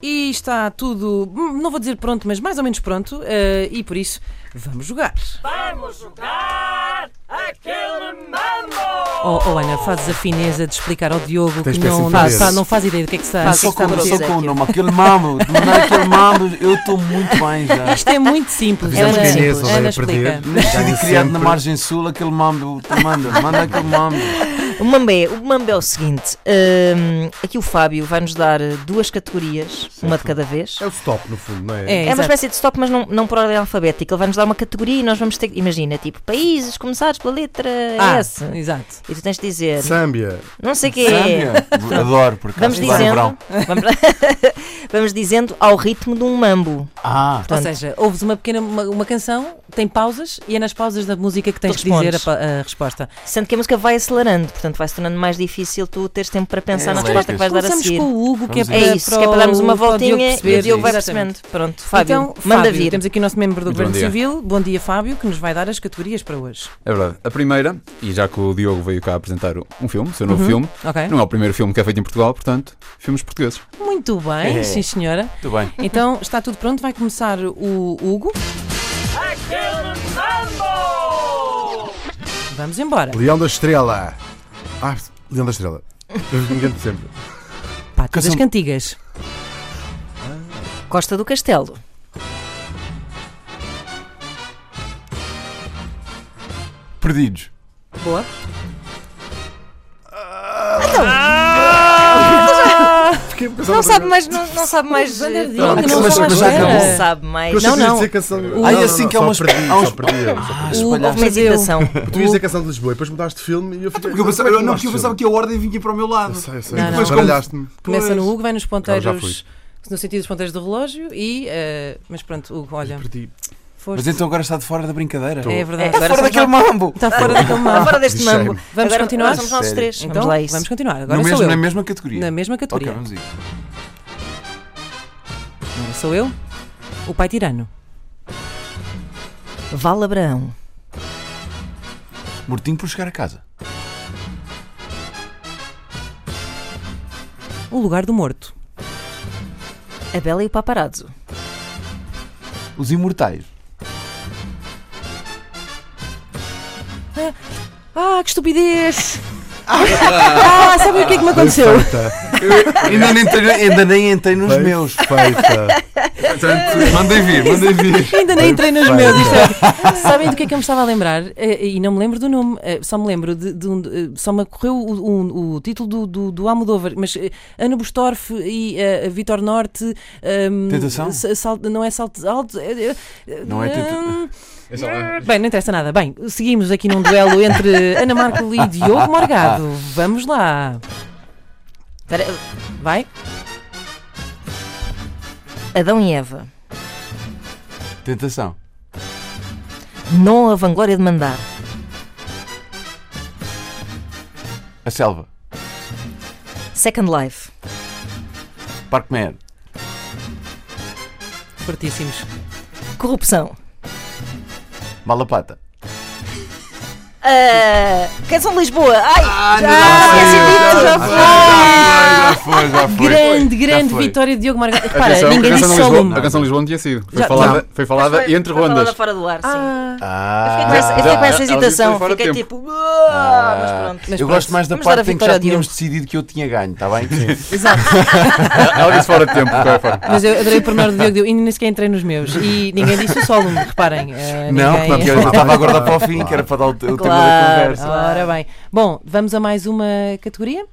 E está tudo, hum, não vou dizer pronto, mas mais ou menos pronto, eh, e por isso vamos jogar. Vamos jogar aquele mambo! Oh, oh, Ana, fazes a fineza de explicar ao Diogo Tens que péssimo não, interesse. não faz ideia do que é que está, do que Mas Só está com, a acontecer. só com o nome, aquele mambo, de mandar aquele mambo, eu estou muito bem já. Isto é muito simples. Fizemos Ana, Inês, simples. ela ia Ana perder. explica. Nascido e sempre. criado na margem sul, aquele mambo, te manda, manda aquele mambo. O Mambé, o Mambé é o seguinte: hum, aqui o Fábio vai nos dar eh, duas categorias, uma de cada vez. É o stop, no fundo, não é? É, É uma exato. espécie de stop, mas não, não por ordem alfabética. Ele vai nos dar uma categoria e nós vamos ter que. Imagina, tipo, países começados pela letra Ah, S. exato. E tu tens de dizer, Zâmbia. não sei o quê. Zâmbia, adoro, por acaso, Vamos adoro o verão. dizendo, vamos, vamos dizendo ao ritmo de um mambo. Ou Ah, Portanto, seja, ouves uma pequena uma, uma canção, tem pausas e é nas pausas da música que tens Tu de dizer a, respondes. pa- a resposta. sendo que a música vai acelerando, portanto vai se tornando mais difícil tu teres tempo para pensar É, na não é resposta que vais dar a Começamos seguir. com o Hugo, que é, Vamos para, É isso, para que é para darmos uma o- para o Diogo voltinha e o perceber. Diogo vai Exatamente. percebendo. Pronto, Fábio, então, manda Fábio, vir. Temos aqui o nosso membro do Muito bom Governo dia. Civil. Bom dia, Fábio, que nos vai dar as categorias para hoje. É verdade. A primeira, e já que o Diogo veio cá apresentar um filme, o seu novo Uhum. filme, Ok? não é o primeiro filme que é feito em Portugal, portanto, filmes portugueses. Muito bem, É. sim senhora. muito bem. Então, está tudo pronto, vai começar o Hugo. Aquele mambo! Vamos embora. Leão da Estrela. Ah, Leão da Estrela. Eu me engano sempre. Pátio das Canção- Cantigas. Costa do Castelo. Perdidos. Boa. Fiquei a pensar Não outra sabe vez. mais, não, não sabe mais. Mas, eh, Diogo, pronto. não Mas- mas já acabou. Não sabe mais. Eu achei Não, que ias não. dizer canção. Não, Ai, não, assim não, que há só umas- perdi, há uns- Só perdi. O- Houve uma Mas eu- hesitação. Ah, Tu ias dizer canção de Lisboa e depois mudaste de filme e eu fiquei. é Porque Então, eu pensava, eu não, porque eu pensava que a ordem vinha para o meu lado. Sei, sei. Não, não. Depois baralhaste-me. Começa no Hugo, vai nos Não, já fui. ponteiros. No sentido dos ponteiros do relógio e. eh, mas pronto, Hugo, olha, Perdi. foste. Mas então agora está de fora da brincadeira. É verdade. Agora Fora somos daquele mambo! Está fora daquele nós- mapa. Fora deste Deixei-me. mambo. Vamos Agora- continuar? agora Somos nós Sério. três. Então, vamos lá a isso. vamos continuar. Agora No sou mesmo, eu. na mesma categoria. Na mesma Ok, categoria. vamos ir. Agora sou eu. O pai tirano. Vale Abraão. Mortinho por chegar a casa. O lugar do morto. A Bela e o Paparazzo. Os imortais. Ah, que estupidez! Ah, sabem o que é que me aconteceu? Feita. Ainda nem entrei, ainda nem entrei nos Bem meus. Feita. Portanto, mandem vir, mandem vir. Ainda nem entrei nos Vai, meus. vai. Isto é- Sabem do que é que eu me estava a lembrar? Eh, E não me lembro do nome. eh, Só me lembro de. de um- eh, só me ocorreu o, um- o título do, do, do Almodóvar. Mas eh, Ana Bustorff e eh, Vitor Norte. ehm, Tentação? sa- sal- não é salto alto. eh, eh, Não é tenta- hum, Bem, não interessa nada. Bem, seguimos aqui num duelo entre Ana Marco e Diogo Morgado. Vamos lá. Espera, Vai. Adão e Eva. Tentação. Não a vanglória de mandar. A selva. Second Life. Parque Mer. Fortíssimos. Corrupção. Malapata. Ah, Canção de Lisboa. Ai! Ah, já já foi, já foi. Grande, Já grande foi. vitória de Diogo Morgado. Repara, a, ninguém canção disse de só Lisboa, um. uma. a canção de Lisboa não tinha sido. Foi Já- falada, foi falada entre Foi falada rondas. fora do ar, sim. Ah. Eu fiquei Ah, com essa, eu fiquei com já- essa ela já hesitação, foi fora de fiquei tempo. tipo. "Ah", mas pronto. Mas eu pronto, gosto mais da vamos dar a parte em que vitória um. já ao Diogo. tínhamos decidido que eu tinha ganho, está bem? Ela disse fora É de tempo, de qualquer forma. Ah. Mas eu adorei o pormenor do Diogo Diogo e nem sequer entrei nos meus. E ninguém disse o solo, reparem. eh, Não, ninguém... porque eu estava a guardar para o fim, que era para dar o, o tema da Claro. conversa. Ora bem. Bom, vamos a mais uma categoria?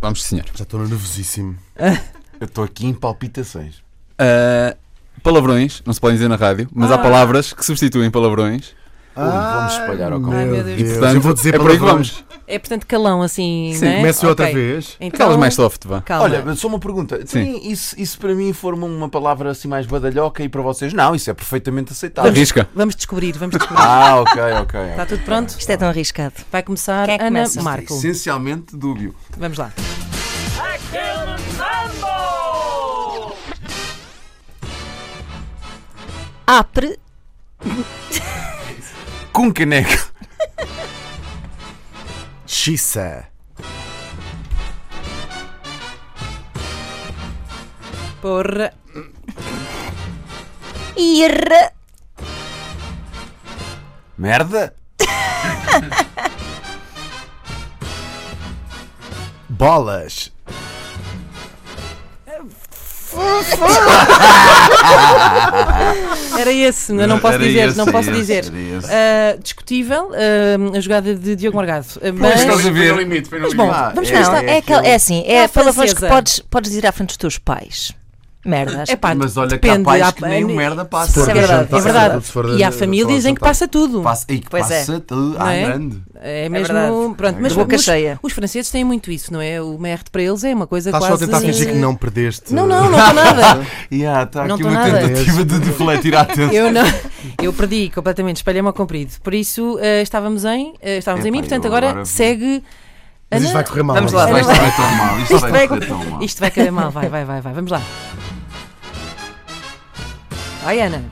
Vamos, senhor. Já estou nervosíssimo. Eu estou aqui em palpitações. Ah, palavrões, não se podem dizer na rádio, mas Ah. há palavras que substituem palavrões. Ui, vamos espalhar ao Ai, comum. meu Deus. Deus. Portanto, eu vou dizer é por aí que palavrões. vamos. É portanto calão assim, Sim, né? Começo eu outra Ok. vez. Então, Aquelas mais soft, vá. Tá Calma. Olha, mas só uma pergunta. Então, Sim. e Isso, isso para mim forma uma palavra assim mais badalhoca e para vocês? Não, isso é perfeitamente aceitável. Arrisca. Vamos descobrir, vamos descobrir. Ah, ok, ok. Está ok. tudo pronto? Isto é tão arriscado. Vai começar Quem é que Ana começa? Marco. Essencialmente dúbio. Vamos lá. Aquele mambo! Apre. Com caneco. Xissa. Porra. Irra. Merda! Bolas. Era esse, não, não posso Era dizer, esse, não posso esse, dizer. era esse. Ah, discutível ah, a jogada de Diogo Morgado. Ah, Pois, estás a Mas ver? no limite, foi no Mas limite. Ah, bom, Vamos Ah, lá, isto é, é, aquela- é assim, é Não é palavrões que francesa. podes, podes dizer à frente dos teus pais. Merdas. é pá, Mas olha que há depende. pais que nem é- o merda Se for passa. é do verdade, jantar, é verdade. se for da- E há da- famílias da- em que passa tudo. tá- Passa, e que Pois é. passa tudo Não à é? grande. É mesmo. verdade. pronto, mas De boca os, cheia. os franceses têm muito isso, não é? O merde para eles é uma coisa Estás só a quase. assim. tentar fingir que não perdeste. Não, não, não estou nada. Yeah, está Não aqui tô uma nada. tentativa de defletir a atenção. Eu não. Eu perdi completamente, espalhei-me ao comprido. Por isso eh, estávamos em. eh, estávamos em Epá, mim, portanto eu agora, agora- segue. Mas isto Ana- vai correr mal. é? Vamos lá, Isto vai vamos lá. correr tão mal. Isto vai vai- correr tão mal. Isto vai caber mal, vai, vai, vai, vai. Vamos lá. Vai, Ana.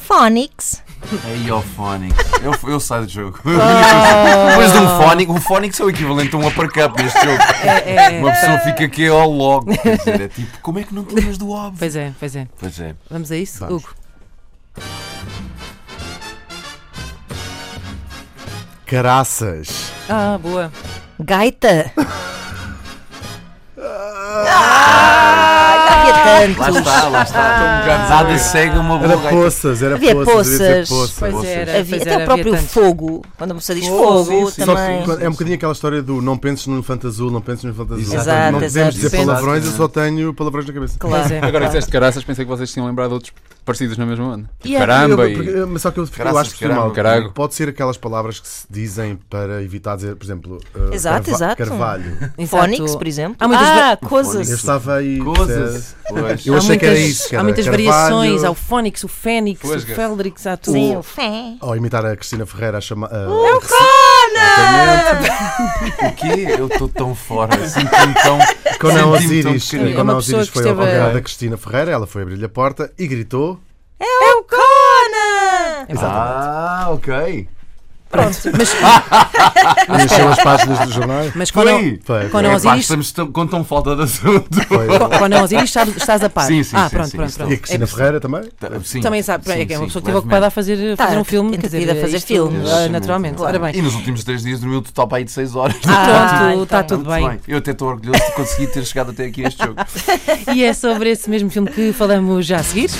Phonics. Aí ó fónico. É Eu, eu saio do jogo. Depois de um fónico, o fónico é o equivalente a um upper cup neste jogo. É, é, é. Uma pessoa fica aqui ao logo. Quer dizer, é tipo, como é que não te lembras do óbvio? Pois é, pois é. Pois é. Vamos a isso, Vamos. Hugo? Caraças. Ah, boa. Gaita. Ah, havia é. Lá tantos. está, lá está. Estou um bocado Nada segue uma boa Era gaita. poças, era Havia poças. eu ia dizer poças. poças. Pois era, Havia, pois até era, o próprio havia tantos. fogo. Quando a moça diz Oh, fogo, sim, sim. Só que também. quando- é um bocadinho aquela história do não penses no elefante azul, não penses no elefante azul. Exato, não exato. podemos dizer Depende. palavrões, eu só tenho palavrões na cabeça. Claro. Pois é. Agora disseste caraças, pensei que vocês tinham lembrado de outros parecidos na mesma onda. Tipo, E é- Caramba, eu- e- porque- mas só que eu, eu Caraças, acho que caramba, mal. carago. Pode ser aquelas palavras que se dizem para evitar dizer, por exemplo, uh, Exato, carva- exato. carvalho. Exato. Phonics, por exemplo. Há muitas ah, Phonics. coisas. Eu estava aí. Coisas. Pois. Eu Há achei que era muitas- isso. Que era Há muitas Carvalho, variações. Há o Fónix, o Fênix, Fosga. o Feldrix, há tudo. Sim, o fé. É Ou imitar a Cristina Ferreira a chamar. É a- um O Conan! O quê? Eu estou tão fora. Sinto-me tão. Conan Senti-me Osiris. tão pequenino. É uma Conan pessoa Osiris que foi ao esteve a- lugar da Cristina Ferreira, ela foi abrir-lhe a porta e gritou. É o Conan! Ah, ok. É Pronto. Mas, Encheu as páginas dos jornais. É. mas Foi. Conan, Foi, Conan É pá, Osiris. estamos tão- com tão falta de assunto. Foi. Co- Conan é um Osiris, sabes- estás a par. Sim, sim, ah, sim, pronto, sim, pronto, sim. pronto. E a Cristina É- Ferreira também. Sim. também sabe, é que é uma pessoa Sim, sim, que esteve ocupada a fazer, Tá, fazer um filme, quer entretida dizer, a fazer isto, filmes. ah, Exatamente. naturalmente. Ora bem, E nos últimos três dias dormiu total para aí de 6 horas. tá pronto, então. está tudo Muito bem. Eu até estou orgulhoso de conseguir ter chegado até aqui a este jogo. E é sobre esse mesmo filme que falamos já a seguir.